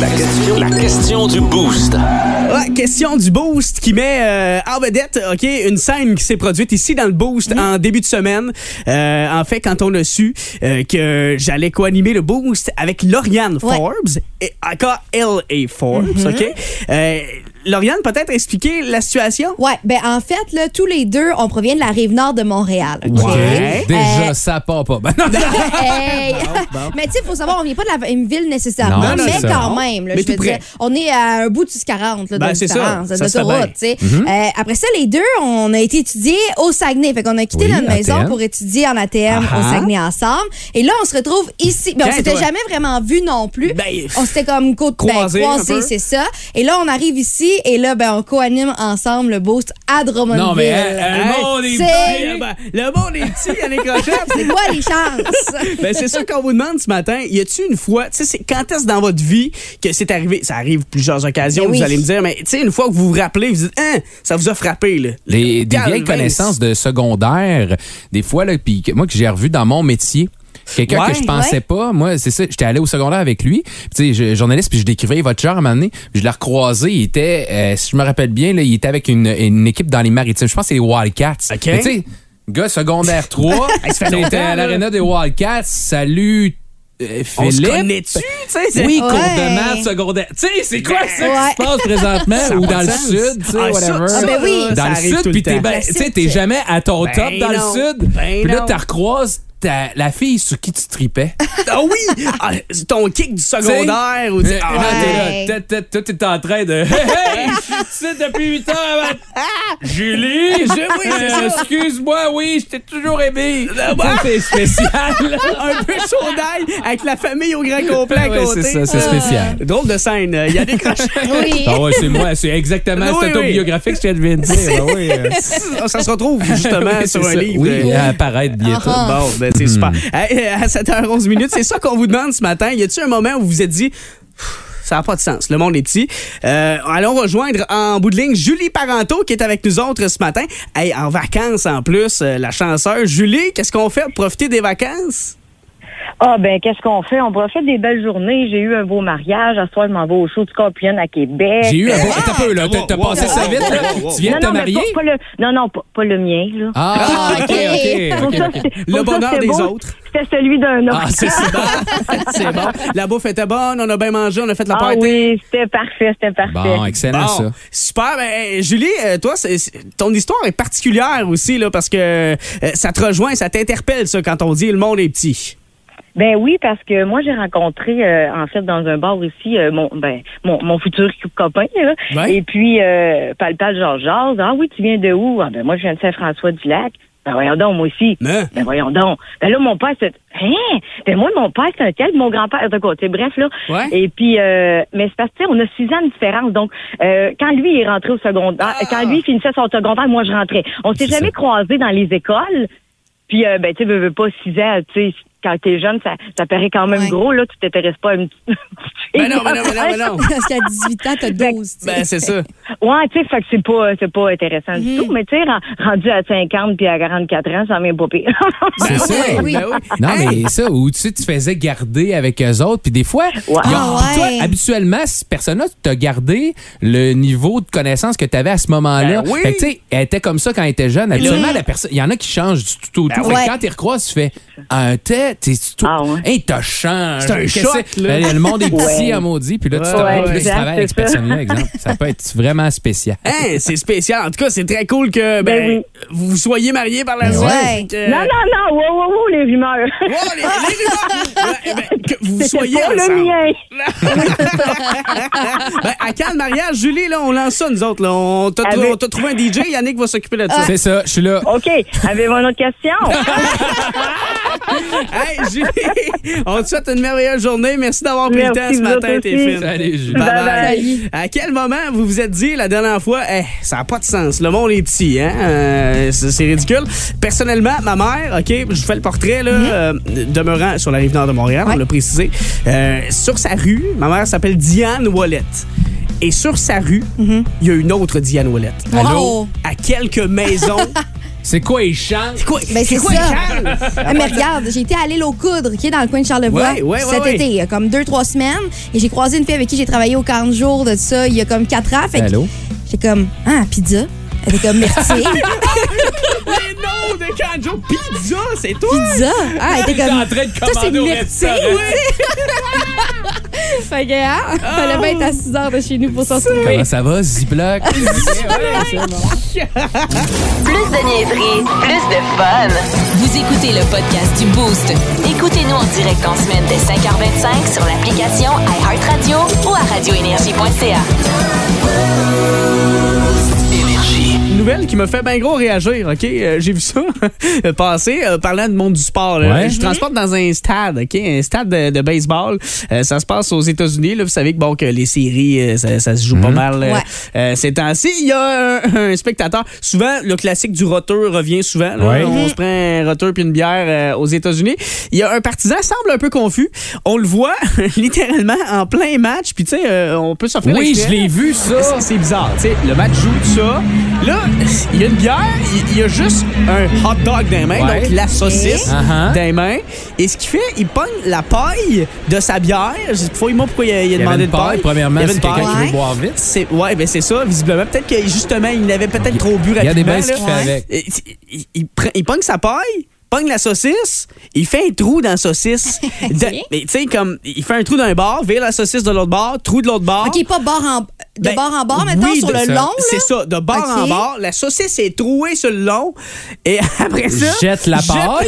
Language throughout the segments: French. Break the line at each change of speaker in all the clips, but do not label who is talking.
La question, la question du boost.
Ouais, Ah, question du Boost qui met euh, en vedette, OK, une scène qui s'est produite ici dans le Boost en début de semaine. Euh, en fait, quand on a su euh, que j'allais co-animer le Boost avec Lauriane Forbes, et encore elle et Forbes,
Mm-hmm.
OK? Euh, Lauriane, peut-être expliquer la situation?
Ouais, ben en fait, là, tous les deux, on provient de la rive nord de Montréal. OK?
Ouais.
Déjà,
Euh,
ça part pas. Ben non,
Hey! Mais tu sais, il faut savoir, on vient pas de la même ville nécessairement,
Non, non,
mais
c'est ça.
quand même. là,
Mais
je veux
tout
dire,
près.
on est à un bout du 40 là,
Ben,
de
c'est ça.
différence,
Ça se fait
d'autoroute,
bien. Mhm.
tu sais. Euh, après ça, les deux, on a été étudiés au Saguenay. Fait qu'on a quitté
Oui,
notre maison
ATM.
pour étudier en ATM au
Ah.
Saguenay ensemble. Et là, on se retrouve ici. Ben, on
Tiens,
s'était
toi.
jamais vraiment vus non plus.
Ben,
on s'était comme côte ben,
croisés un peu.
croisés, c'est ça. Et là, on arrive ici et là, ben, on co-anime ensemble le boost à Drummondville.
Non, mais elle-
hein,
elle- Le monde est
c'est-
Eh ben, le monde est petit, Yannick Rochette.
C'est quoi les chances?
Ben, c'est ça qu'on vous demande ce matin. Y a-tu une fois, tu sais, c'est- quand est-ce dans votre vie que c'est arrivé? Ça arrive plusieurs occasions,
Ben oui.
vous allez me dire, mais tu sais, une fois que vous vous rappelez, vous dites, hein, ça vous a frappé, là.
Les, des
Calvaire.
vieilles connaissances de secondaire, des fois, là, puis que- moi, que j'ai revu dans mon métier. Quelqu'un
Ouais,
que je pensais
ouais.
pas, moi, c'est ça, j'étais allé au secondaire avec lui, puis tu sais, je- journaliste, puis je décrivais votre genre à un moment donné, puis je l'ai recroisé, il était, euh, si je me rappelle bien, là, il était avec une, une équipe dans les maritimes, je pense que c'est les Wildcats.
OK.
Mais tu sais, gars secondaire 3,
Hey, ça fait
t'étais
longtemps,
à
là.
l'aréna des Wildcats, salut euh, Philippe.
On se connaît-tu, tu sais? c'est-
Oui, cours
Ouais.
de maths secondaire. Tu sais, c'est quoi ça qui
Ouais.
se passe
Ça a
présentement? Ou
pas
dans
de
le
sens.
sud, tu sais,
Ah, ça,
whatever.
ça,
Ah, ben oui.
là, ça
Dans le
arrive
sud,
tout le
puis t'es
temps.
ben- tu sais, t'es
Classique.
jamais à ton
Ben
top dans
non.
le sud.
Ben
puis là,
non.
tu recroises ta- la fille sur qui tu tripais.
Ah oui! Ah, c'est ton kick du secondaire ou tu
T'sais,
sais, ah,
là,
ouais.
t'es là,
ouais.
t'es- t'es- Tout est en train de. Hey, hey, je suis ici depuis 8 ans. Julie, je,
oui, c'est ça. Ah,
excuse-moi, oui, je t'ai toujours aimé.
ouais.
Ça, C'est spécial.
un peu chaud d'ail avec la famille au grand complet à
Ah Ouais,
côté. Ah.
c'est ça, c'est spécial.
Drôle de scène. euh, Yannick Rochette.
Oui.
Ah ouais, c'est moi, c'est exactement
Oui,
c'est
oui.
autobiographique ce que je viens de dire. Ouais, ouais, euh,
ça se retrouve justement
oui,
sur
c'est
un
ça.
livre.
Oui,
de-
à apparaître bientôt.
Ah.
Bon, ben c'est super.
Hmm.
Hey, euh, à 7h11 minutes, c'est ça qu'on vous demande ce matin. Y a-t-il un moment où vous vous êtes dit ça n'a pas de sens. Le monde est petit. Euh, allons rejoindre en bout de ligne Julie Parenteau qui est avec nous autres ce matin. Hey, en vacances en plus, euh, la chanceuse. Julie, qu'est-ce qu'on fait pour profiter des vacances?
Ah ben qu'est-ce qu'on fait? On profite des belles journées. J'ai eu un beau mariage. À ce soir, je m'en vais au show du Scorpion à Québec.
J'ai eu un beau. T'as peu, là. T'as t'as
Wow, wow,
passé ça
wow,
vite, là.
wow, wow.
Tu viens
non,
de te
non, mais
marier?
Pas, pas le, non, non, pas, pas le mien, là.
Ah, ok, ok,
Pour
ok.
ça,
ok.
c'était-
Ah, Le
pour ça,
bonheur
c'était
des
beau.
autres.
C'était celui d'un autre.
Ah, c'est ça.
c'est bon. La bouffe était bonne, on a bien mangé, on a fait la
Ah
party.
oui, c'était parfait, c'était parfait.
Bon, excellent,
Bon,
ça.
Super. Ben, hey, Julie, euh, toi, c'est- c'est- ton histoire est particulière aussi, là, parce que euh, ça te rejoint, ça t'interpelle, ça, quand on dit le monde est petit.
Ben oui, parce que moi j'ai rencontré euh, en fait dans un bar ici euh, mon ben mon, mon futur copain là.
Ouais.
et puis euh, palpal Georges Jazz. Ah oui, tu viens de où Ah ben moi je viens de Saint-François du Lac. Ben voyons donc moi aussi.
Mais-
Ben voyons donc. Ben là mon père c'est hein Ben moi mon père c'est un tel, mon grand-père de côté. Bref là.
Ouais.
Et puis euh, mais c'est parce que tu sais, on a six ans de différence donc euh, quand lui est rentré au secondaire,
Ah!
quand lui finissait son secondaire, moi je rentrais. On s'est
C'est
jamais
ça.
croisés dans les écoles. Puis, euh, ben, tu sais, veux, veux pas 6 ans, tu sais, quand t'es jeune, ça, ça paraît quand même
Ouais.
gros, là, tu t'intéresses pas à une petite.
Ben non, ben non, ben non, ben non.
Parce qu'à 18 ans, t'as 12. tu sais.
Ben, c'est ça.
Ouais, tu sais, fait que c'est pas, c'est pas intéressant
Mhm.
du tout, mais tu sais, ren- rendu à 50 puis à 44 ans, ça m'est pas pire.
C'est
Ben
ça.
oui, ben oui.
Non,
Hey,
mais ça, où tu sais, tu faisais garder avec eux autres, puis des fois, ils ont-
Ah,
toi,
ouais.
habituellement, cette personne-là t'a gardé le niveau de connaissance que tu avais à ce moment-là.
Ben oui.
Fait que, tu sais, elle était comme ça quand elle était jeune. Habituellement, la personne, il y en a qui changent du tout au tout.
Ben
Fait que
ouais.
quand tu recroises, tu fais un tête, t'es tu tout.
Ah ouais.
Hey, t'as changé.
C'est un
Qu'est-ce
choc,
que c'est?
là.
Ben, le monde est petit
Ouais.
à maudit, puis là, tu
Ouais,
te rends-
ouais,
là, tu
exact,
travailles avec cette
c'est ça.
personne-là, exemple. Ça peut être vraiment spécial.
hein, c'est spécial. En tout cas, c'est très cool que ben,
Ben
vous soyez mariés par la
Ben
suite.
ouais.
que-
non, non, non, wow, wow, wow, les rumeurs.
Oh, les- les rumeurs! Ouais, ben, que vous
C'était
soyez
pas le
ensemble.
mien.
Ben, à quand le mariage, Julie, là, on lance ça, nous autres. Là. On t'a
Avec-
on t'a trouvé un DJ, Yannick va s'occuper de ça.
C'est ça, je suis là.
OK, avez-vous une autre question?
Hey, Julie, on te souhaite une merveilleuse journée. Merci d'avoir pris le
Merci,
temps ce
vous
matin,
autres
tes
aussi.
films.
Salut, Julie.
Bye bye.
Bye.
À quel moment vous vous êtes dit la dernière fois, Eh, ça n'a pas de sens, le monde est petit, hein? Euh, c'est c'est ridicule. Personnellement, ma mère, OK, je vous fais le portrait, là,
Mm-hmm.
euh, demeurant sur la rive nord de Montréal, on l'a précisé. Euh, sur sa rue, ma mère s'appelle Diane Wallet. Et sur sa rue, il
Mm-hmm.
y a une autre Diane Wallet.
Wow.
À quelques maisons.
C'est quoi, il chante?
C'est quoi,
Ben, c'est
c'est quoi,
ça.
Charles?
Ah, mais regarde, j'ai été à l'île aux coudres, qui est dans le coin de Charlevoix,
Ouais, ouais, ouais,
cet
ouais.
été, il y a comme deux, trois semaines. Et j'ai croisé une fille avec qui j'ai travaillé au 40 jours de ça il y a comme quatre ans. Fait que
Allô?
J'étais comme, ah, pizza. Elle était comme, merci.
Les noms de Kanjo Pizza, c'est toi!
pizza. Ah, elle était
T'es
comme,
en train de
ça, c'est
commander au
merci.
restaurant.
Fait que, hein,
Ah.
fallait bien être à 6 heures de chez nous pour s'en trouver.
Comment ça va, Ziploc?
Plus de niaiserie, plus de fun. Vous écoutez le podcast du Boost. Écoutez-nous en direct en semaine dès 5h25 sur l'application iHeartRadio ou à radioénergie.ca.
Une nouvelle qui me fait bien gros réagir, OK? Euh, J'ai vu ça passer, euh, parlant de monde du sport. là.
Ouais.
Je transporte dans un stade, OK? Un stade de, de baseball. Euh, ça se passe aux États-Unis. Là, vous savez que, bon, que les séries, euh, ça, ça se joue
Mhm.
pas mal euh,
Ouais.
euh, ces temps-ci. Il y a un, un spectateur. Souvent, le classique du roteur revient souvent. là.
Ouais.
On se prend un roteur puis une bière euh, aux États-Unis. Il y a un partisan, semble un peu confus. On le voit littéralement en plein match. Puis, tu sais, euh, on peut s'offrir
Oui,
l'extrait.
je l'ai vu, ça.
C'est bizarre, tu sais, le match joue tout ça. Là, il y a une bière, il- il y a juste un hot dog dans les mains,
Ouais.
donc la saucisse
Uh-huh.
dans les mains. Et ce qu'il fait, il pogne la paille de sa bière. Je- Faut moi pourquoi il a, il a
Il y avait
demandé
une
de paille.
paille, premièrement,
il y avait
c'est
une
quelqu'un qui
paille.
veut boire vite.
C'est ouais, ben c'est ça visiblement peut-être que justement il n'avait peut-être trop bu rapidement.
Il y a des baisses
là.
qu'il fait avec.
Et- Il, il, prend- il pogne sa paille, pogne la saucisse, il fait un trou dans la saucisse. De- mais tu sais comme il fait un trou d'un bord, vire la saucisse de l'autre bord, trou de l'autre bord.
OK, pas bord en, de
Ben,
bord en bord, mettons,
oui,
sur
de-
le
ça-
long.
C'est ça, de bord
OK.
en bord. La saucisse est trouée sur le long. Et après ça.
Jette la paille.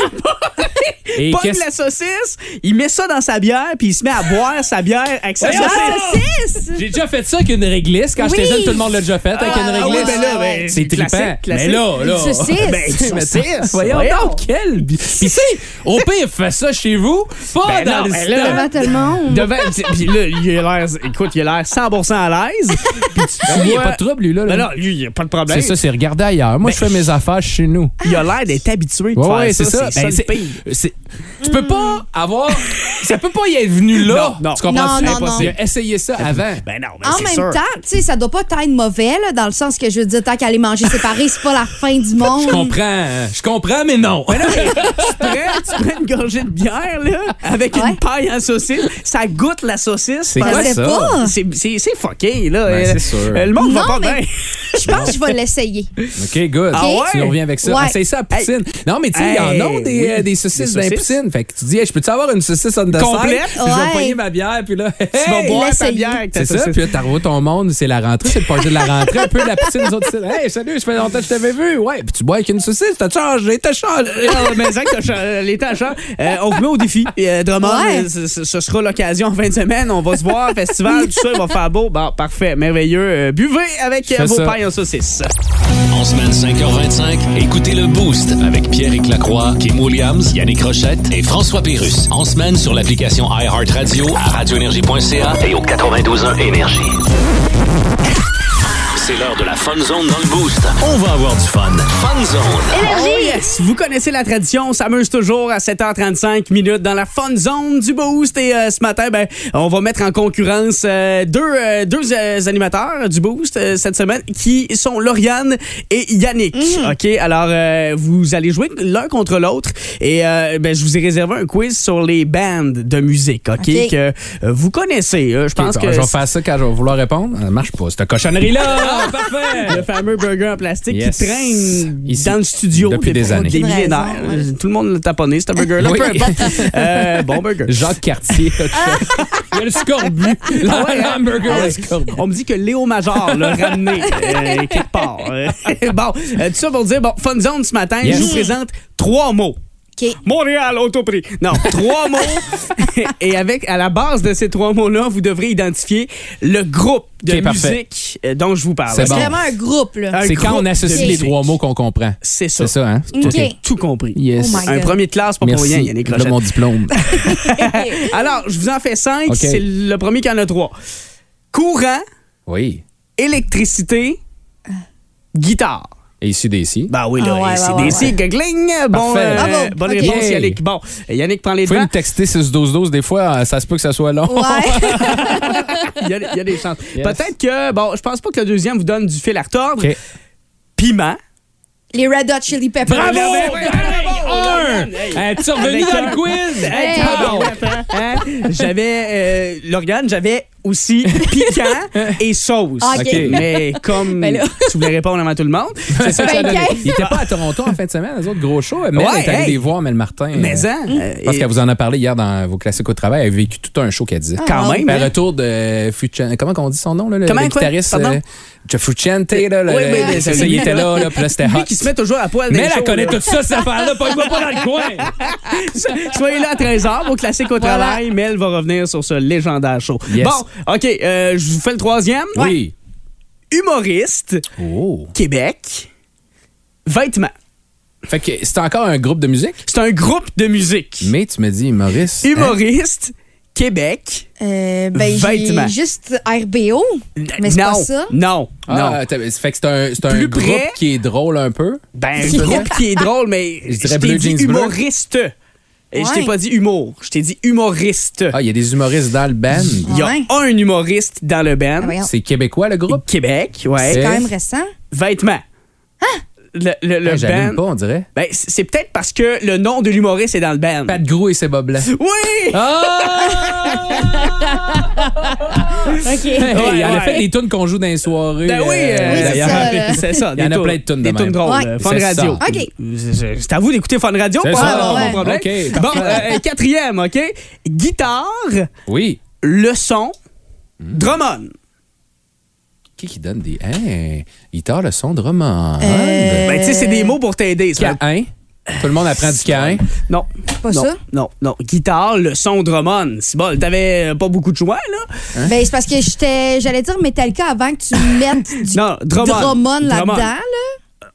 Et
Pogne
qu'est-ce-
la saucisse, il met ça dans sa bière, puis il se met à boire sa bière avec sa
Ouais,
saucisse.
ouais.
Ah, saucisse!
J'ai déjà fait ça avec une réglisse. Quand j'étais
Oui.
jeune, tout le monde l'a déjà fait avec une
Ah oui,
réglisse.
ben là, ben,
c'est trippant.
classique,
Mais
classique.
là, là.
Une saucisse.
Ben, une
Mais
saucisse.
Voyons donc, quel. bi- Puis, tu sais, au pire, fais ça chez vous, pas
Ben
dans
non,
le
ben là,
stade.
Devant tout le monde.
Devant, puis là, il a l'air, écoute, il a l'air 100% à l'aise. Puis tu
Ben oui, Il n'y a
vois-
pas de trouble, lui, là. là.
Ben non, lui, il n'y a pas de problème.
c'est ça, c'est regarder ailleurs. Moi, je fais mes affaires chez nous.
Il a l'air d'être habitué de
Ouais,
faire
ouais,
ça.
c'est ça. Ben,
le
c'est-
pire.
c'est- Tu peux pas avoir. ça peut pas y être venu là.
Non, non.
Tu comprends?
Non, non, non.
Il a essayé ça avant.
Ben non, ben,
En
c'est
même
sûr.
temps, tu sais, ça doit pas être mauvais, là, dans le sens que je veux dire, tant qu'à aller manger séparés, c'est pas la fin du monde.
Je comprends. Je comprends, mais non.
tu prends, tu prends une gorgée de bière, là, avec
Ouais.
une paille en saucisse, ça goûte la saucisse.
C'est
Parce-
quoi
Je sais
ça?
pas.
C'est- C'est c'est fucké, là.
Ben,
Euh,
c'est sûr.
euh, Le monde va
Non,
pas
mais-
bien.
Je pense que je vais l'essayer.
OK, good.
Ah ouais?
Tu nous reviens avec ça.
Ouais.
Essaye ça à poutine. Non, mais tu sais, il y en a
Hey,
des,
oui.
euh, des saucisses
Des
dans les
saucisses.
poutines. Fait que tu dis, hey, je peux-tu avoir une saucisse on the side?
Complète?
Je vais
Ouais.
pogner ma bière, puis là,
Tu vas
hey!
boire ta
l'essayer.
bière avec ta
C'est ça,
saucisse.
puis là, t'as revu ton monde, c'est la rentrée, c'est le party de la rentrée, un peu de la poutine, les autres disent, hey, salut, ça fait longtemps que je t'avais vu, ouais, puis tu bois avec une saucisse, t'as changé, t'as changé.
Alors, mais Zach, t'as cha- euh, les tâches, hein. Euh, on vous met au défi. Euh, Drummond,
Ouais.
euh, ce- ce ce sera l'occasion en fin de semaine. On va se voir, festival, tout ça, il va faire beau. Bon, parfait, merveilleux. Euh, buvez avec euh,
fais
vos
ça.
pailles en saucisse.
En semaine 5h25, écoutez le Boost avec Pierre Lacroix, Kim Williams, Yannick Rochette et François Pérus. En semaine sur l'application iHeartRadio à radioénergie.ca et au 92.1 Énergie. C'est l'heure de la Fun Zone dans le Boost. On va avoir du fun. Fun Zone.
Oh yes! Vous connaissez la tradition, on s'amuse toujours à 7h35 minutes dans la fun zone du Boost. Et euh, ce matin, ben, on va mettre en concurrence euh, deux, euh, deux euh, animateurs du Boost euh, cette semaine qui sont Lauriane et Yannick. OK? Alors, euh, vous allez jouer l'un contre l'autre et euh, ben, je vous ai réservé un quiz sur les bandes de musique, OK?
OK.
Que euh, vous connaissez. Euh, je pense
Ok, ben,
que.
Je vais faire ça quand je vais vouloir répondre. Ça marche pas, cette cochonnerie-là. parfait.
le fameux burger en plastique
Yes.
qui traîne
Ici,
dans le studio
depuis des années.
Des
Une
millénaires.
raison,
Tout le monde l'a taponné, ce burger-là.
Oui.
Peu importe. Euh, bon burger.
Jacques Cartier. Il y a le scorbut.
Ah ouais, hein?
L'hamburger
Ah ouais.
le scorbut.
On me dit que Léo Major l'a ramené euh, quelque part. Euh, bon, euh, tout ça pour dire, bon, Fun Zone ce matin,
Yes.
je vous présente trois mots.
OK? OK.
Montréal, autoprix. Non, trois mots. Et avec, à la base de ces trois mots-là, vous devrez identifier le groupe de
Ok, parfait.
musique euh, dont je vous parle.
C'est bon.
Vraiment un groupe, là.
Un
C'est quand
groupe
on associe
de
les
musique.
trois mots qu'on comprend.
C'est ça.
C'est ça, hein?
OK.
Tout compris.
Yes.
Oh my
Un
God.
premier de classe, pas pour rien,
Merci
Yannick
de
Rochette.
mon diplôme.
Alors, je vous en fais cinq.
Ok.
C'est le premier qui en a trois. Courant,
oui.
électricité, guitare.
Et ici d'ici.
Ben oui,
Ah ouais,
là,
ouais, ouais,
c'est des gling. Bon, euh,
Parfait.
Bravo.
bonne
Ok.
réponse,
Hey.
Yannick. Bon, euh, Yannick prend les
Vous pouvez
devants.
me texter 6-12-12 des fois, euh, ça se peut que ça soit long.
Ouais.
Il y, a, il y a des chances.
Yes.
Peut-être que, bon, je pense pas que le deuxième vous donne du fil à retordre.
OK.
Piment.
Les Red Hot Chili Peppers.
Bravo!
Ouais, ouais, ouais,
Un!
Hey.
Hey, tu es revenu
Avec
dans
un-
le quiz!
Hey,
Hey.
tabarouette, hein? Hein? J'avais, euh, l'organe, j'avais aussi piquant et sauce.
Ok.
Ok.
Mais comme
Ben là.
tu voulais répondre avant tout le monde, c'est ça que ça
Ben,
donnait.
quinze.
Il était pas à Toronto en fin de semaine, les autres gros shows. Mel
Ouais,
est allée
hey.
les voir, Mel Martin.
Mais
Euh,
Mm.
hein, euh,
Parce
et-
qu'elle vous en a parlé hier dans vos classiques au travail. Elle a vécu tout un show qu'elle disait.
quand même,
Le
hein.
retour de Fuchan, comment qu'on dit son nom là, le,
Comment,
le
quoi?
guitariste
Pardon?
euh, Jeff Fuchente là, le-
Oui, oui, oui,
c'est
c'est
ça,
lui.
il était là, là, puis là c'était hot.
lui qui se met toujours à poil dans
Mais
les
elle
shows,
connaît
là.
tout ça cette affaire là, pas pas dans le coin.
Soyez là à 13h au Classique au
Voilà.
travail. Mel va revenir sur ce légendaire show.
Yes.
Bon, OK, euh, je vous fais le troisième.
Oui.
Humoriste,
Oh.
Québec, vêtements.
Fait que c'est encore un groupe de musique,
C'est un groupe de musique.
mais tu me dis Maurice. hein?
Humoriste, Québec.
Euh, ben,
Vêtements.
j'ai juste RBO. Mais c'est
non,
pas ça.
non,
Ah,
non.
t'as- fait que c'est un, c'est un
Plus
groupe
près.
qui est drôle un peu.
Ben, un groupe qui est drôle, mais
Je
je,
dirais
t'ai
Bleu
dit
Jeans Bleu.
humoriste. Et je t'ai
Ouais.
pas dit humour, je t'ai dit humoriste.
Ah, il y a des humoristes dans le band.
Il y a
Ouais.
un humoriste dans le band.
Ah, voyons.
C'est québécois le groupe.
Québec, ouais.
C'est quand Hein?
Eh.
même récent.
Vêtements. Le, le, le
Ah, J'allume pas,
band.
on dirait.
Ben, c- c'est peut-être parce que le nom de l'humoriste est dans le band.
Pat Grou et ses bas blancs.
Oui! Ah,
Ah! Hey, il y en
Ouais.
a fait des tunes qu'on joue dans les soirées.
Ben oui, euh,
Oui, c'est
d'ailleurs.
ça, là.
c'est ça.
Il y en a
tunes-
plein de tunes de
Des tunes
même.
drôles.
Ouais.
euh, Fun
C'est
Radio.
ça.
OK.
C'est c'est à vous d'écouter Fun Radio,
C'est
pas
ça.
pas mon
Ouais.
problème.
OK,
bon, euh, quatrième, OK? Guitare,
Oui.
leçon,
Hmm.
Drummond.
Qui qui donne des. Hein? Guitare, le son de roman.
Euh,
Ben, tu sais, c'est des mots pour t'aider. ça.
Caïn. Tout le monde apprend du caïn.
Non.
Pas
non,
ça?
Non, non. Guitare, leçon, Drummond. C'est bon, t'avais euh, pas beaucoup de choix, là?
Hein?
Ben, c'est parce que j'étais, j'allais dire Metallica avant que tu mettes du
Non, Drummond.
Drummond là-dedans,
Drummond.
là.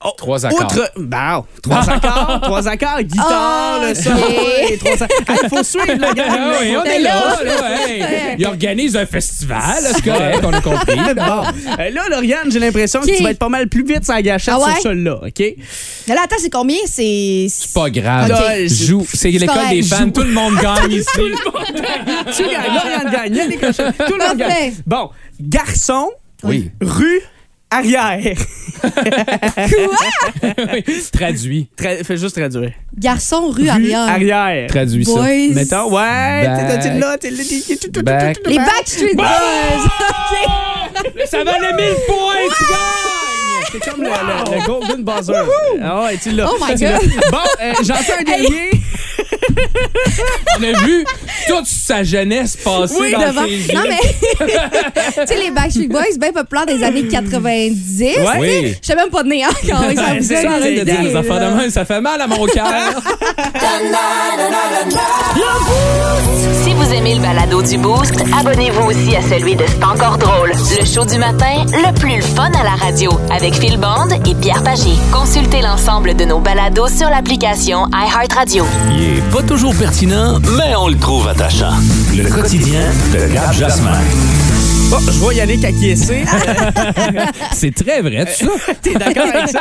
Oh,
Trois accords.
Outre, bah, trois accords, trois accords, guitare,
Ah,
le son,
ok.
et trois accords. Il faut suivre le gars.
Ah oui, on est là, là, hey. Il organise un festival, c'est correct, on a compris.
Bon, Euh, là, Lauriane, j'ai l'impression que
Ok.
tu vas être pas mal plus vite sans gâchette
Ah ouais?
sur celle-là, OK?
Mais là, attends, c'est combien? C'est.
Pas grave.
Ok.
Là, je-
Joue. C'est l'école
Ah, correct.
des fans,
Joue.
tout le monde gagne ici.
Tu gagnes, Lauriane gagne, il y a des cochons, tout le monde
Parfait.
gagne. Bon, garçon,
Oui.
rue, arrière.
Traduit.
Tra- fais juste traduire.
Garçon, rue,
Rue,
arrière.
arrière.
Traduit ça.
Boys.
Mettons, ouais, t'es
Back.
t'es là, t'es là, t'es- t'es- t'es- t'es-
Back. Ah!
Les Backstreet Boys.
Ça valait 1000 points, tu gagnes!
C'est comme le, le- le Golden Buzzer. Ah ouais, tu l'as.
Oh my
Tu l'as.
God.
Bon, euh, j'en fais un dernier.
On a vu toute sa jeunesse passer
Oui,
dans
devant.
ses yeux.
Non, mais. tu sais, les Backstreet Boys, ben populaires des années 90. tu sais.
Oui.
Je sais même pas de nez, hein, quand ils ont
C'est ça, arrête de
Arrête de dire des affaires de même, ça fait mal à mon cœur.
Si vous aimez le balado du Boost, abonnez-vous aussi à celui de C'est encore drôle. Le show du matin, le plus le fun à la radio, avec Phil Bond et Pierre Pagé. Consultez l'ensemble de nos balados sur l'application iHeartRadio.
Il est pas toujours pertinent, mais on le trouve attachant. Le quotidien de Gab Jasmin.
Bon, Oh, je vois Yannick acquiescer. Ah,
C'est très vrai, tout ça.
T'es d'accord avec ça?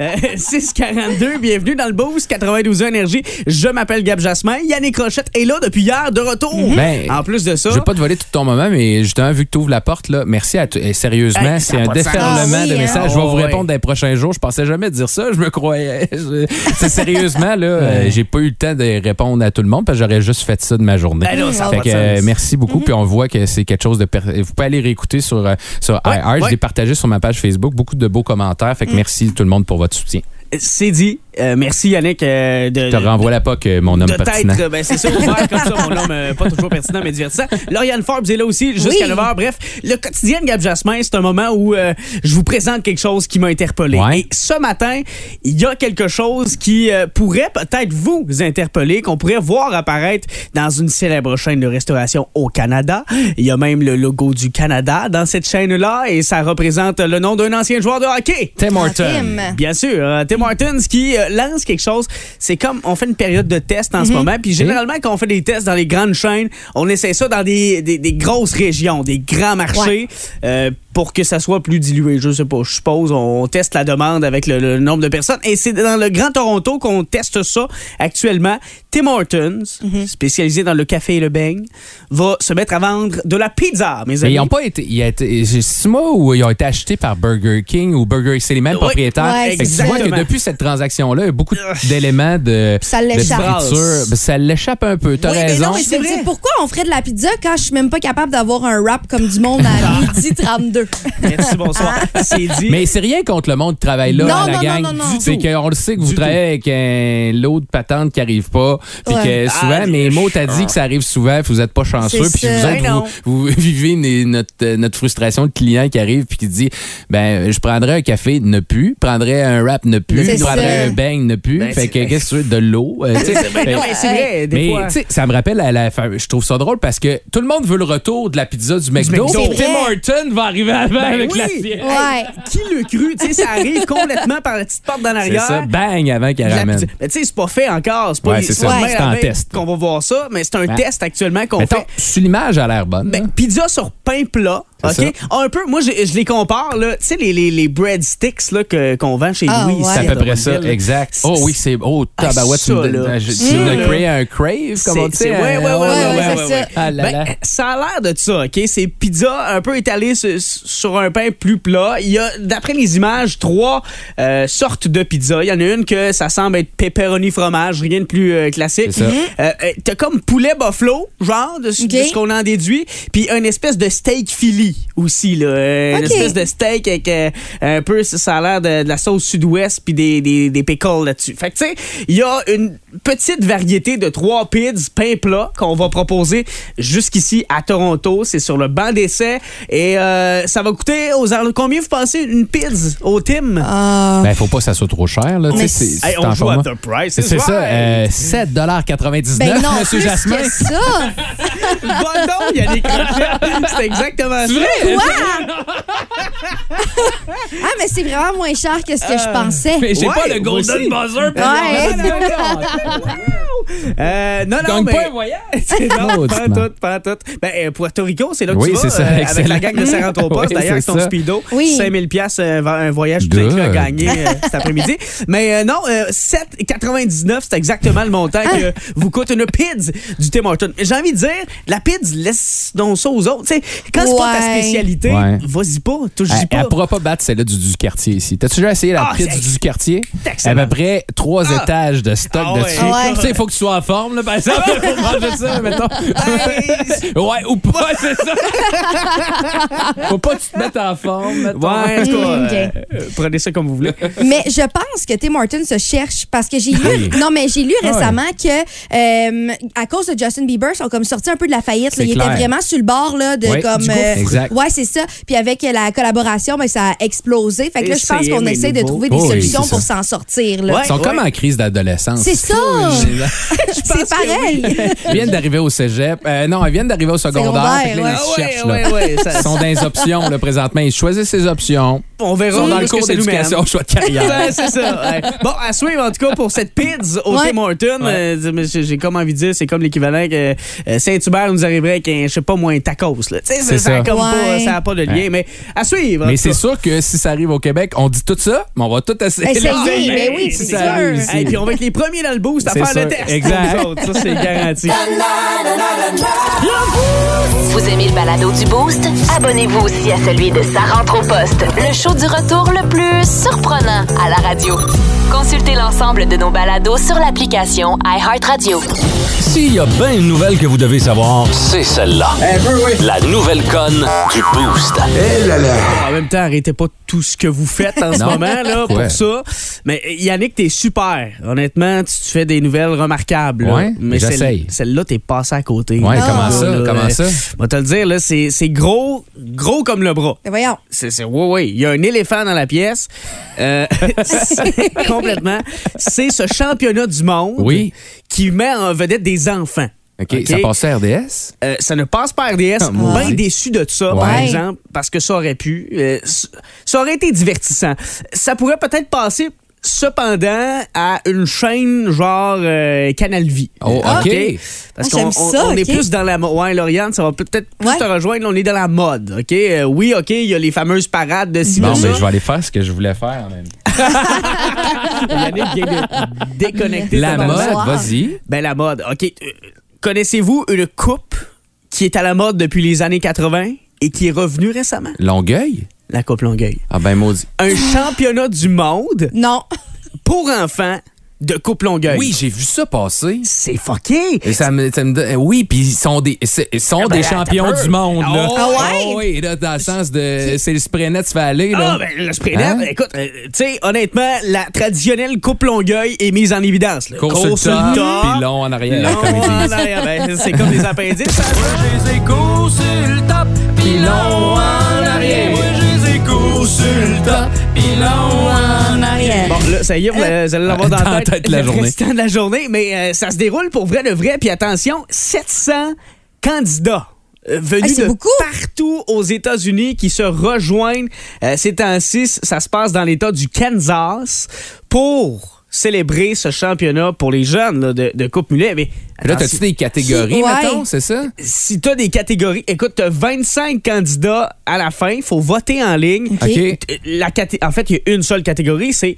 Euh, 642, bienvenue dans le Boost 92 Énergie. Je m'appelle Gab Jasmin. Yannick Rochette est là depuis hier, de retour.
Ben,
en plus de ça,
Je veux pas te voler tout ton moment, mais justement, vu que tu ouvres la porte, là, merci à t- eh, Sérieusement,
Hey, ça
c'est
a
un
pas de sens.
déferlement
Ah oui,
de
hein?
messages. Je vais
Ah
vous
ouais.
répondre dans les prochains jours. Je pensais jamais dire ça. Je me croyais. Je- C'est sérieusement, là, euh, j'ai pas eu le temps de répondre à tout le monde parce que j'aurais juste fait ça de ma journée.
Ben non, ça a
Fait
pas
que,
de
euh,
sens. Mm-hmm.
merci beaucoup. Puis on voit que c'est quelque chose de. per- Vous pouvez aller réécouter sur, euh, sur iHeart.
ouais. Mm.
Je l'ai partagé sur ma page Facebook. Beaucoup de beaux commentaires. Fait que merci tout le monde pour votre soutien.
c'est dit, Euh, merci Yannick euh, de,
Je te renvoie la POC, euh, mon homme
de
pertinent.
tête. Ben, c'est ça, ouvert comme ça, mon homme, euh, pas toujours pertinent, mais divertissant. Lauriane Forbes est là aussi jusqu'à
Oui.
9h. Bref, le quotidien de Gab Jasmin, c'est un moment où euh, je vous présente quelque chose qui m'a interpellé.
Ouais.
Et ce matin, il y a quelque chose qui euh, pourrait peut-être vous interpeller, qu'on pourrait voir apparaître dans une célèbre chaîne de restauration au Canada. Il y a même le logo du Canada dans cette chaîne-là et ça représente le nom d'un ancien joueur de hockey.
Tim Horton.
Tim.
Bien sûr. euh, Tim Hortons qui euh, lance quelque chose. C'est comme on fait une période de test
Mhm.
en ce moment. Puis généralement, quand on fait des tests dans les grandes chaînes, on essaie ça dans des, des- des grosses régions, des grands marchés. euh, pour que ça soit plus dilué, je sais pas, je suppose, on teste la demande avec le, le nombre de personnes. Et c'est dans le Grand Toronto qu'on teste ça actuellement. Tim Hortons,
Mhm.
spécialisé dans le café et le beigne, va se mettre à vendre de la pizza, mes
Mais
amis.
ils n'ont pas été. Il a été c'est moi ou ils ont été achetés par Burger King ou Burger C'est les mêmes
Oui.
propriétaires.
Ouais,
Fait que tu vois
exactement.
que depuis cette transaction-là, il y a beaucoup d'éléments de.
Ça
de
l'échappe.
friture. Ben, Ça l'échappe un peu. T'as
oui, mais
raison.
non, mais je
C'est
veux
vrai.
dire, pourquoi on ferait de la pizza quand je suis même pas capable d'avoir un rap comme du monde à midi 32?
Merci, bonsoir. C'est dit.
Mais c'est rien contre le monde qui travaille là,
Non,
à la
non,
gang.
non, non, non.
C'est
Du tout.
qu'on le sait que vous
Du
travaillez avec un lot de patente qui arrive pas. Puis
Ouais.
que souvent,
Ah,
mais Mo t'a dit que ça arrive souvent, puis vous êtes pas chanceux.
C'est
Puis
ça.
vous
Ben non.
autres, vous, vous vivez une- notre, euh, notre frustration de client qui arrive puis qui dit ben je prendrais un café ne plus, prendrais un rap ne plus,
C'est
je prendrais
ça.
un bang ne plus.
Ben,
fait que
c'est-
qu'est-ce que tu veux de l'eau Euh, tu sais, fait-
Ben non, mais c'est vrai, des
mais
fois.
tu sais, ça me rappelle à la fa- je trouve ça drôle parce que tout le monde veut le retour de la pizza du
McDo.
McDo. puis
C'est
Tim
vrai. Ben
Horton va arriver avant avec
oui.
la sienne.
Eh Ouais.
Qui le cru? Tu sais, ça arrive complètement par la petite porte dans
C'est
l'arrière.
ça, bang avant qu'elle
La
ramène.
petite- Mais tu sais, c'est pas fait encore. C'est pas
Ouais, c'est ça.
pas
Ouais.
demain
C'est en
la veille
test.
Qu'on va voir ça, mais c'est un
Ouais.
test actuellement qu'on
Mettons,
fait.
sur l'image, elle a l'air bonne. hein?
Ben,
là.
pizza sur pain plat, OK?
C'est
Un peu, moi, je, je les compare, là. Tu sais, les, les, les breadsticks là, que, qu'on vend chez
Ah,
Louis.
ouais.
ici,
c'est à peu près
Drummondville,
ça,
là.
exact.
C'est- Ah,
Oh oui, c'est. Oh, tabarouette, tu
ça,
me donnes-
là.
je-
Ça,
tu me
là.
crées un crave, comme on dit.
C'est- c'est- ouais,
hein?
ouais, ouais,
Oh,
ouais,
ouais, c'est ça.
Ah là
Ben,
là.
ça a l'air de ça, OK? C'est pizza un peu étalée su- sur un pain plus plat. Il y a, d'après les images, trois euh, sortes de pizza. Il y en a une que ça semble être pepperoni fromage, rien de plus euh, classique.
C'est ça.
Euh, euh, T'as comme poulet buffalo, genre, de, ce-
OK.
de ce qu'on en déduit. Puis une espèce de steak Philly aussi, là. Euh, Une
OK.
espèce de steak avec euh, un peu, ça- ça a l'air de, de la sauce sud-ouest puis des, des, des pickles là-dessus. Fait que, tu sais, il y a une petite variété de trois pizzas pain plat qu'on va proposer jusqu'ici à Toronto. C'est sur le banc d'essai. Et euh, ça va coûter aux alentours- Combien vous pensez une pizza au Tim?
Ah.
Ben, faut pas que ça soit trop cher, là. tu sais,
Mais
c'est-
c'est-
c'est
euh, Hey,
en
on joue à
format.
The Price.
C'est ça, euh,
right.
7,99
Ben non,
monsieur
plus
Jasmin.
que ça.
Va donc, il y a des crochettes. C'est exactement ça.
hein?
Ah, mais c'est vraiment moins cher que ce que je pensais.
Mais j'ai
Ouais,
pas
moi
le Golden
aussi.
Buzzer.
Non,
Ouais.
non, non, non, non. Euh, non, non,
Gagne
mais...
pas un voyage.
C'est non,
Oh,
pas
dites-moi.
tout, pas tout. Ben, euh, Puerto Rico, c'est là que
Oui,
tu vas,
c'est ça,
euh, avec
excellent.
la gang de Saranto Post,
Oui,
d'ailleurs, avec
c'est
ton
ça.
speedo.
Oui.
5000 pièces euh, un voyage tout
Good.
inclus à gagner euh, cet après-midi. Mais euh, non, euh, 7,99, c'est exactement le montant que vous coûte une pizza du Tim Hortons. J'ai envie de dire, la pizza, laisse donc ça aux autres. Tu sais, quand c'est pas ta
Ouais.
spécialité,
Ouais.
vas-y pas, touche
Elle,
pas.
elle pourra pas battre celle-là du, du quartier ici. T'as-tu déjà essayé la
Ah,
pizza
c'est-
du, du quartier?
c'est
À
excellent.
peu près trois
Ah.
étages de stock
Ah ouais. Ah
dessus.
Ah ouais.
Tu sais, il faut que tu sois en forme, là, par exemple, pour manger ça,
Hey,
mettons. ouais, ou pas, c'est ça. faut pas que tu te mettes en forme, mettons.
Ouais, en tout cas,
Mm, ok.
euh, euh, prenez ça comme vous voulez.
Mais je pense que Tim Hortons se cherche parce que j'ai
Oui.
lu non mais j'ai lu
Ah ouais.
récemment que euh, à cause de Justin Bieber ils sont comme sortis un peu de la faillite là.
C'est
ils
clair.
étaient vraiment sur le bord là de
Oui,
comme euh,
du gouffre. Exact.
ouais c'est ça puis avec euh, la collaboration ben, ça a explosé fait que là je pense
Essayez,
qu'on
mais
essaie de
nouveau.
trouver des
Oh oui,
solutions
c'est
pour s'en sortir là.
Ouais.
Ils sont comme en crise d'adolescence.
C'est ça. c'est pareil
Ils viennent d'arriver au cégep. Euh, non, ils viennent d'arriver au secondaire.
Secondaire,
Fait que là,
ouais.
ils se
Ah ouais,
cherchent, là.
ouais, ouais, ça-
Ils sont dans les options, là, présentement. Ils choisissent ces options.
On
Ils
verra
sont dans
où
le
est-ce que
cours
ça nous mène.
d'éducation, choix de carrière.
Ouais, Ben, c'est ça. ouais. Bon, à suivre en tout cas pour cette pizza au
Ouais.
Tim Hortons. euh, mais j'ai j'ai comme envie de dire, c'est comme l'équivalent que euh, Saint-Hubert nous arriverait avec un, je sais pas moi, un tacos. Là. Tu sais,
C'est
ça. a
ça.
comme pas,
Ouais.
ça a pas de lien,
Ouais.
mais à suivre. en
Mais
tout
c'est
cas.
sûr que si ça arrive au Québec, on dit tout ça, mais on va tout essayer.
Essayer,
Ah,
mais
ben,
oui,
si
c'est
ça
sûr.
arrive ici.
Et puis on va être les premiers dans le boost à
C'est
faire
sûr.
le test.
Exact.
Nous autres, Ça, c'est garanti.
Vous aimez le balado du Boost? Abonnez-vous aussi à celui de Sa rentre au poste, le show du retour le plus surprenant à la radio. Consultez l'ensemble de nos balados sur l'application iHeartRadio.
S'il y a bien une nouvelle que vous devez savoir, c'est celle-là. La nouvelle conne du Boost.
En même temps, arrêtez pas tout ce que vous faites en ce
Non.
moment là, pour
Ouais.
ça. Mais euh, Yannick, t'es super. Honnêtement, tu, tu fais des nouvelles remarquables. là.
Ouais,
mais celle-
j'essaye.
Celle-là, t'es passé à côté.
Ouais,
Là,
comment ça?
là,
Comment
euh,
ça?
Je vais te le dire, là, c'est c'est gros, gros comme le bras.
Mais voyons.
C'est, c'est, oui, oui. Il y a un éléphant dans la pièce. Euh, c'est- complètement. C'est ce championnat du monde
Oui.
qui met en vedette des enfants.
OK, ça passait à RDS?
Euh, ça ne passe pas RDS.
Ah, maudit.
bien déçu de ça, par
Ouais.
exemple, parce que ça aurait pu. euh, s- ça aurait été divertissant. Ça pourrait peut-être passer. Cependant, à une chaîne genre euh, Canal Vie.
Oh,
Euh,
OK.
Parce
Ah, j'aime
qu'on on-
ça,
on est
OK.
plus dans la mode. Ouais, Lauriane, ça va peut-être plus
Ouais.
te rejoindre. On est dans la mode, OK? Euh, oui, OK, il y a les fameuses parades de ci, de
Bon,
ça.
mais je vais aller faire ce que je voulais faire en même temps.
Yannick vient de déconnecter.
La
totalement.
mode,
bonsoir.
vas-y.
Ben, la mode. OK. Euh, Connaissez-vous une coupe qui est à la mode depuis les années 80 et qui est revenue récemment?
Longueuil?
La coupe Longueuil.
Ah ben maudit.
Un championnat du monde
Non.
pour enfants de coupe Longueuil.
Oui, j'ai vu ça passer.
C'est fucké.
Et ça me, ça me donne- eh oui, puis ils sont des, c'est- ils sont
ben,
des
attends
champions
un peu.
du monde. Là. Ah
Oh,
ouais?
oui, là, dans le sens de. C'est le spray net Valley. Là.
Ah, ben, le spray net,
Hein?
écoute, euh, tu sais, honnêtement, la traditionnelle coupe Longueuil est mise en évidence. là.
Course sur le top,
top,
puis long en arrière,
long
comme ils
en
disent.
arrière. Ben, c'est comme les appendices. ça.
En arrière.
Bon, là, ça y est, vous, allez- vous allez l'avoir dans
Dans
la
la
tête,
tête de la
le
journée.
restant de la journée, mais euh, ça se déroule pour vrai de vrai. Puis attention, 700 candidats. euh,
Ah,
venus
c'est
de
beaucoup.
partout aux États-Unis qui se rejoignent. Euh, ces temps-ci, ça se passe dans l'État du Kansas pour célébrer ce championnat pour les jeunes là, de, de Coupe Mulet. Mais
Puis là,
attention,
t'as-tu des catégories,
Qui- ouais.
mettons, c'est ça?
si t'as des catégories, écoute, t'as 25 candidats à la fin, faut voter en ligne.
OK.
T- La caté- en fait, il y a une seule catégorie, c'est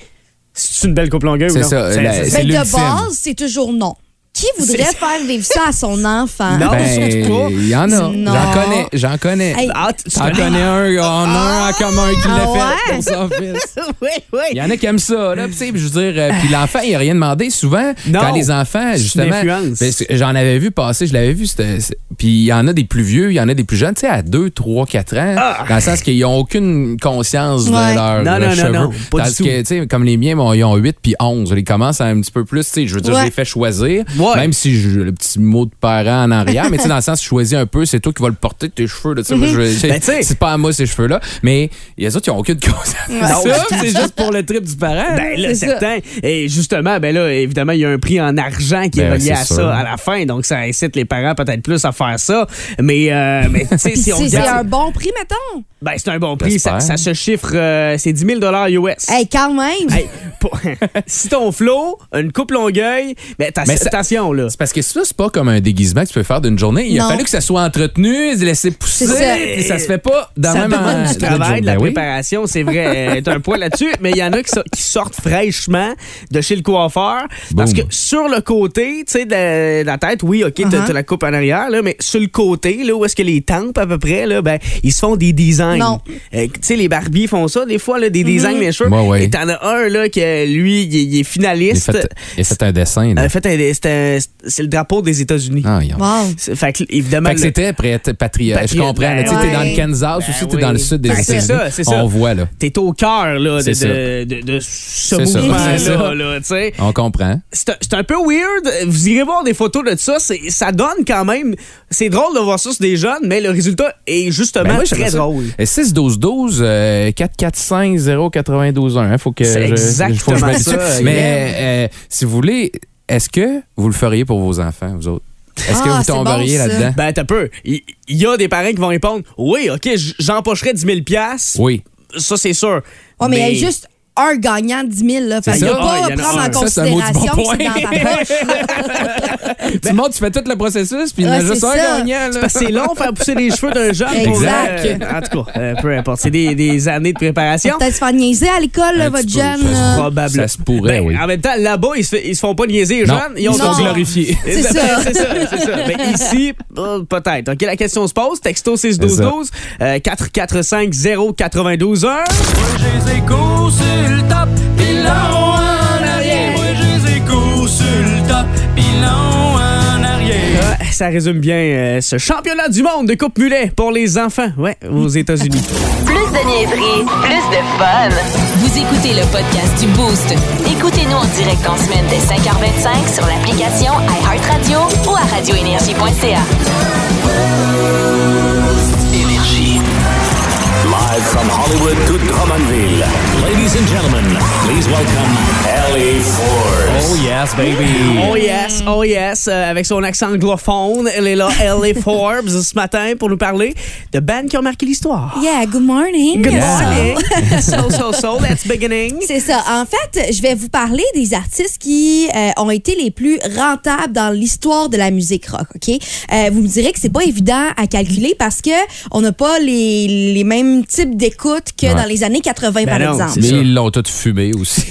c'est une belle coupe longueuil ou
C'est
non?
ça, la- c'est
Mais Ben, de
l'ultime.
base, c'est toujours non. Qui voudrait
C'est-
faire vivre ça à son enfant?
Non.
Ben,
surtout pas.
il y en a.
Non.
J'en connais, j'en connais.
Hey.
Ah, tu- tu-
T'en connais un, on a un en commun qui l'a
Ah
fait
ouais?
pour son fils.
oui, oui.
Il y en a qui aiment ça, là, tu sais, puis je veux dire, euh, puis l'enfant, il n'a rien demandé. Souvent,
Non.
quand les enfants,
C'est une
justement,
influence.
ben, c'est- j'en avais vu passer, je l'avais vu, c'était- c'est- puis il y en a des plus vieux, il y en a des plus jeunes, tu sais, à 2, 3, 4 ans, dans le sens qu'ils n'ont aucune conscience de
Ouais.
leur,
Ah! Non,
leur
non, non,
cheveux.
non, pas du
Tandis
tout.
que, tu sais, comme les miens, bon, ils ont 8 puis 11, ils commencent à un petit peu plus, tu sais, je veux dire, je
Ouais.
les fais choisir,
Ouais.
même si je- le petit mot de parent en arrière, mais tu sais, dans le sens, je choisis un peu, c'est toi qui vas le porter, tes cheveux, là, tu sais, moi, je-
Ben, tu sais.
c'est pas à moi ces cheveux-là, mais les autres, ils n'ont aucune conscience. de
Non,
ça,
du tout.
c'est juste pour le trip du parent.
Ben là,
C'est ça.
certain. Et justement, ben là, évidemment, il y a un prix en argent qui est
Ben,
relié
c'est
à
sûr.
ça à la fin. Donc, ça incite les parents peut-être plus à faire ça. Mais, euh, mais tu sais,
Puis
si on
c'est c'est un
regarde,
bon prix, mettons.
ben, c'est un bon prix. Ça,
J'espère.
ça se chiffre, euh, c'est 10 000 US.
Hey, quand même.
Hey, pour- si ton flot, une coupe longueuil, ben, t'as-
Mais ça-
attention, là.
C'est parce que ça, c'est pas comme un déguisement que tu peux faire d'une journée. Il a
Non.
fallu que ça soit entretenu, laisser pousser,
C'est ça.
puis ça se fait pas dans
Ça
même
demande
en-
du travail, de la
Ben oui.
préparation, c'est vrai, est un point là-dessus, mais il y en a qui, so- qui sortent fraîchement de chez le coiffeur parce que
Boum.
sur le côté, tu sais, de, la- de la tête, oui, OK, t'as
Uh-huh.
t'as la coupe en arrière, là, mais sur le côté, là, où est-ce que les tempes à peu près, là, ben, ils se font des designs.
Non. Mm-hmm.
Euh, tu sais, les barbiers font ça, des fois, là, des designs, bien sûr.
Bah Ouais, ouais.
Et t'en as un, là, que lui, il est- il est
Il a
finaliste.
fait, il a fait un dessin. là.
En fait, un- c'est un- c'est le drapeau des États-Unis.
Ah, il a-
Wow.
C'est- Fait que, évidemment,
Fait que
le-
c'était prêt patriote. Je
Patriote,
comprends.
ben
là, tu sais, T'es
ouais.
dans le Kansas
Ben
aussi, t'es
oui.
dans le sud des
Ben, c'est
États-Unis.
ça, c'est ça.
On voit, là.
t'es au cœur là, de,
C'est ça.
de, de- de ce
C'est ça,
mouvement-là.
c'est ça.
là, tu sais.
On comprend.
C'est un- c'est un peu weird. Vous irez voir des photos de ça. c'est- Ça donne quand même. C'est drôle de voir ça sur des jeunes, mais le résultat est justement
Ben, moi, j'aimerais
très
ça.
drôle.
Et 6 12 12 4 4 5 0 92 1 hein, faut que
C'est
je-
exactement
faut que je m'habitue.
ça,
mais euh, si vous voulez est-ce que vous le feriez pour vos enfants vous autres est-ce que
Ah,
vous
c'est bon,
tomberiez
ça.
là-dedans
Ben, t'as peu. Il il y, a des parents qui vont répondre Oui, OK, j- j'empocherai 10 000
oui
Ça, c'est sûr.
Ouais, Oh, mais il y a juste un gagnant de 10 000, là. Fait
C'est
qu'il
ça.
a pas
Ah, il y
à
en a
prendre
un.
en
Ça, c'est un maudit
considération
bon
que c'est dans
point.
ta poche.
tu montes tu fais tout le processus puis il y en a
Ouais,
juste
c'est
un
ça.
gagnant
C'est
là.
parce que c'est long faire pousser les cheveux d'un jeune. pour-
Exact.
euh, en tout cas, euh, peu importe. C'est des, des années de préparation.
Peut-être se faire niaiser à l'école, là,
Un
votre
petit peu,
jeune. euh.
ça se
là.
Probablement.
Ça se pourrait,
Ben,
oui.
En même temps, là-bas, ils se, fait- ils se font pas niaiser, les
Non.
jeunes. Ils ont
Ils
ton
sont
glory.
glorifiés.
C'est ça.
c'est ça, c'est ça. Ben, ici, euh, peut-être. OK, la question se pose. Texto 61212 euh, 445 092 1.
Je les écoute, c'est le top, ils l'ont en
Ah, ça résume bien euh, ce championnat du monde de coupe mulet pour les enfants, ouais, aux États-Unis.
Plus de niaiserie, plus de fun. Vous écoutez le podcast du Boost. Écoutez-nous en direct en semaine dès 5h25 sur l'application iHeartRadio ou à radioénergie.ca.
Énergie. Live from Hollywood to Drummondville. Ladies and gentlemen, please welcome Ellie Force.
Oh yes, baby.
Oh yes, oh yes, euh, avec son accent anglophone, elle est là, Ellie Forbes, ce matin pour nous parler de bands qui ont marqué l'histoire.
Yeah, good morning.
Good
So-
morning. so, so, so, that's beginning.
C'est ça. En fait, je vais vous parler des artistes qui euh, ont été les plus rentables dans l'histoire de la musique rock. Ok, Euh, vous me direz que c'est pas évident à calculer parce que on n'a pas les, les mêmes types d'écoute que dans les années 80 par
Ben non,
exemple.
c'est
Mais
ça.
ils l'ont tous fumé aussi.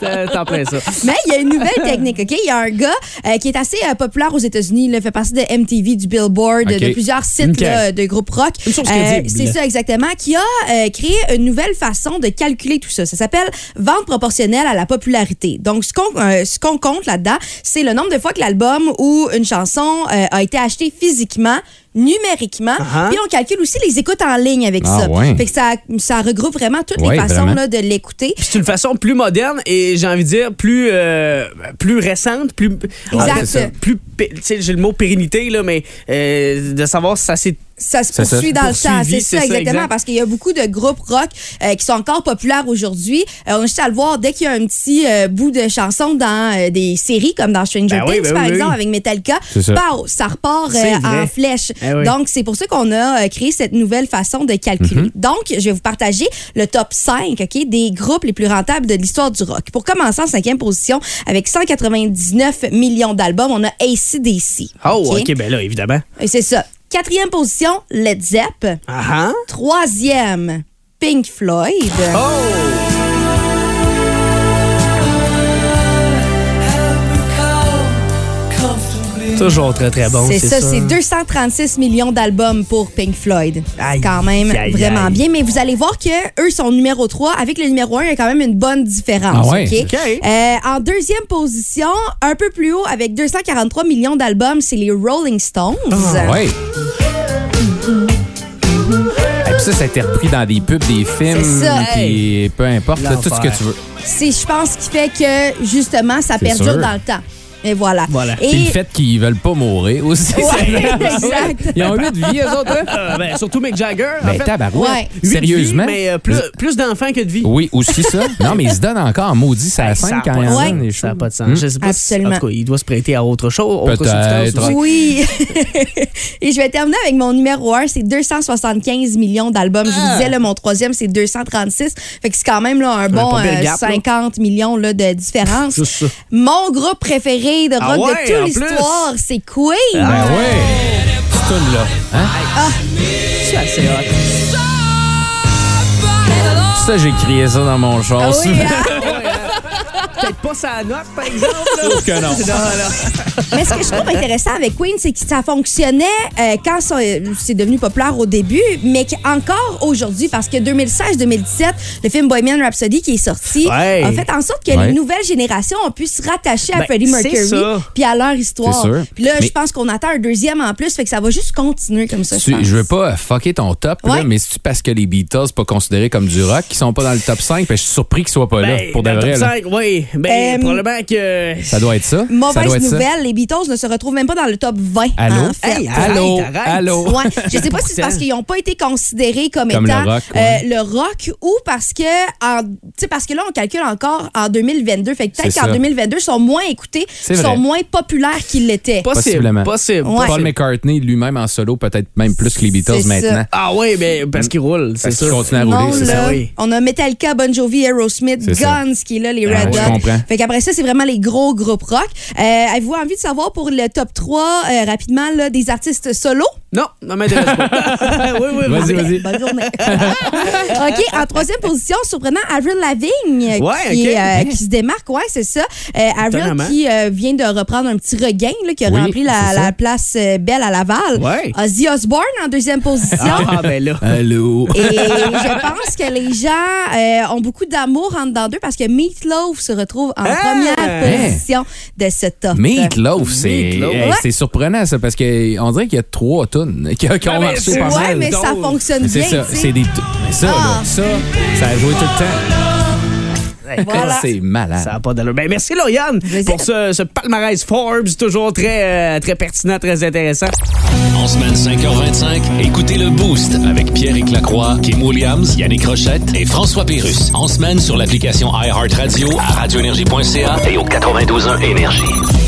T'en t'en plein ça.
Mais il y a une nouvelle technique, OK? Il y a un gars euh, qui est assez euh, populaire aux États-Unis, là, fait partie de MTV, du Billboard,
OK.
de plusieurs sites
OK.
là, de groupes rock. Euh,
Une source crédible.
c'est ça, exactement, qui a euh, créé une nouvelle façon de calculer tout ça. Ça s'appelle vente proportionnelle à la popularité. Donc, ce qu'on euh, ce qu'on compte là-dedans, c'est le nombre de fois que l'album ou une chanson euh, a été acheté physiquement numériquement,
Uh-huh.
puis on calcule aussi les écoutes en ligne avec
Ah
ça.
ouais.
Fait que ça, ça regroupe vraiment toutes
Ouais,
les façons
vraiment.
là, de l'écouter.
Puis c'est une façon plus moderne et j'ai envie de dire plus euh, plus récente, plus
Exact.
Ah, c'est ça. plus pé- tu sais j'ai le mot pérennité là mais euh, de savoir si ça s'est
ça se
C'est ça.
poursuit dans le
Poursuivi,
temps.
c'est
C'est ça,
ça,
exactement.
exact.
Parce qu'il y a beaucoup de groupes rock euh, qui sont encore populaires aujourd'hui. Euh, on a juste à le voir dès qu'il y a un petit euh, bout de chanson dans euh, des séries, comme dans Stranger
Ben oui,
Things,
ben
par
oui,
exemple,
oui.
avec Metallica.
C'est ça.
Pow, ça repart euh,
C'est vrai.
en flèche.
Eh oui.
Donc, c'est pour ça qu'on a euh, créé cette nouvelle façon de calculer.
Mm-hmm.
Donc, je vais vous partager le top 5 ok, des groupes les plus rentables de l'histoire du rock. Pour commencer en cinquième position, avec 199 millions d'albums, on a ACDC.
Oh,
ok?
OK, ben là évidemment.
Et C'est ça. Quatrième position, Led Zepp.
Ah
Troisième, Pink Floyd.
ah. Oh Toujours très très bon,
c'est ça, c'est 236 millions d'albums pour Pink Floyd. C'est
Aïe,
quand même
aïe,
vraiment
aïe.
bien. Mais vous allez voir que eux sont numéro 3. Avec le numéro 1, il y a quand même une bonne différence.
Ah ouais?
ok?
OK.
Euh, en deuxième position, un peu plus haut, avec 243 millions d'albums, c'est les Rolling Stones.
Ah Ouais. Et puis ça, ça a été repris dans des pubs, des films,
C'est ça,
puis peu importe, là, tout ce que
L'enfer.
tu veux.
C'est, je pense, ce qui fait que, justement, ça
C'est
perdure
sûr.
dans le temps. Et voilà.
Voilà.
Et le
Et...
fait qu'ils veulent pas mourir aussi.
Ouais, exact.
Ils ont eu de vie, eux autres. hein?
Euh, ben, surtout Mick Jagger en
Ben,
fait.
tabarouette.
Ouais.
Huit
Sérieusement.
vies, mais euh, plus, plus d'enfants que de vie.
Oui, aussi ça. Non, mais ils se donnent encore maudit ça
Hey,
la
ça
scène
a
quand
pas
ils
de
en
Ouais.
donnent, les
Ça n'a
choses.
pas de sens. Je sais pas si-
Absolument.
en tout cas, il doit se prêter à autre chose, autre
Peut-être.
substance aussi.
Oui. Et je vais terminer avec mon numéro 1, c'est 275 millions d'albums. Je
Ah.
vous disais, là, mon troisième, c'est 236. Fait que c'est quand même là, un bon
pas bel
euh,
gap, là.
50 millions là, de différence.
C'est ça.
mon groupe préféré de rock
Ah ouais,
de
en
toute
plus.
l'histoire, c'est Queen. Ah
Ben ouais. Cette toune-là. Hein?
C'est assez hot.
Ça, j'ai crié ça dans mon char.
Ah oui, hein?
hein. Peut-être pas sa note, par exemple. là.
Sauf que non.
Mais ce que je trouve intéressant avec Queen, c'est que ça fonctionnait euh, quand ça- euh, c'est devenu populaire au début, mais qu'encore aujourd'hui, parce que 2016-2017, le film Bohemian Rapsody qui est sorti
Ouais.
a fait en sorte que
Ouais.
les nouvelles générations ont pu se rattacher à
Ben,
Freddie
c'est
Mercury
ça.
puis à leur histoire.
C'est sûr.
Puis là,
Mais-
je pense qu'on attend un deuxième en plus, fait que ça va juste continuer comme ça.
Tu-
je pense.
je veux pas fucker ton top, là,
Ouais.
mais c'est parce que les Beatles pas considérés comme du rock, qui sont pas dans le top 5, ben, je suis surpris qu'ils soient pas là,
Ben,
pour de
dans le
vrai.
top
là. Hein?
5, oui. Ben,
Euh,
probablement que.
Ça doit être ça. ça doit
Mauvaise
être ça.
nouvelle, les Beatles ne se retrouvent même pas dans le top 20.
Allô?
en fait.
Hey, arrête,
Allô?
arrête.
Allô?
Ouais. Je sais pas si c'est parce qu'ils n'ont pas été considérés comme,
Comme le
étant
rock, ouais.
euh, le rock ou parce que en- tu sais, parce que là on calcule encore en 2022 fait que peut-être
C'est
qu'en
ça.
2022 ils sont moins écoutés,
C'est
ils
vrai.
sont moins populaires qu'ils l'étaient.
Possiblement.
Possible. Possible.
Ouais.
Paul
possible.
McCartney lui-même en solo, peut-être même plus que les Beatles
C'est
maintenant.
Ah oui, ben, parce qu'il roule, c'est
Parce qu'ils
sûr.
continuent à
Non,
rouler, c'est ça.
là,
Ah oui.
on a Metallica, Bon Jovi, Aerosmith,
C'est ça.
Guns qui est là, les
Ah,
Red
je
Hot.
comprends.
Fait qu'après ça, c'est vraiment les gros groupes rock. Euh, Avez-vous envie de savoir pour le top 3 euh, rapidement là, des artistes solos?
Non, non, m'intéresse pas. oui, oui,
Vas-y, vas-y.
Ah, ben, Bonne journée. OK, en troisième position, surprenant, Avril Lavigne euh,
Ouais,
qui,
ok.
est, euh,
Ben.
qui se démarque. Ouais, c'est ça. Euh, Avril
Étonnamment.
qui euh, vient de reprendre un petit regain là, qui a
Oui,
rempli la,
c'est ça.
la place euh, Belle à Laval.
Ouais.
Ozzy Osbourne en deuxième position.
Ah, ben là.
Allô?
Et je pense que les gens euh, ont beaucoup d'amour entre dans d'eux parce que Meatloaf se retrouve retrouve en
Hey!
première position de ce top.
Ah! Meatloaf, c'est
Meatloaf.
hey,
Ouais.
c'est surprenant ça parce que on dirait qu'il y a trois tonnes qui, qui ont
mais
marché
c'est-
pas
ouais,
mal.
mais ça
drôle.
fonctionne
C'est
bien.
ça,
tu sais.
c'est des t- mais ça là,
Ah.
ça ça a joué tout le temps.
Voilà.
C'est
Ça
malade.
n'a pas d'allure. Ben, merci, Lauriane,
Plaisir.
pour ce, ce palmarès Forbes, toujours très, euh, très pertinent, très intéressant.
En semaine 5h25, écoutez le Boost avec Pierre Lacroix, Kim Williams, Yannick Rochette et François Pérus. En semaine sur l'application iHeartRadio à radioénergie.ca et au 92.1 Énergie.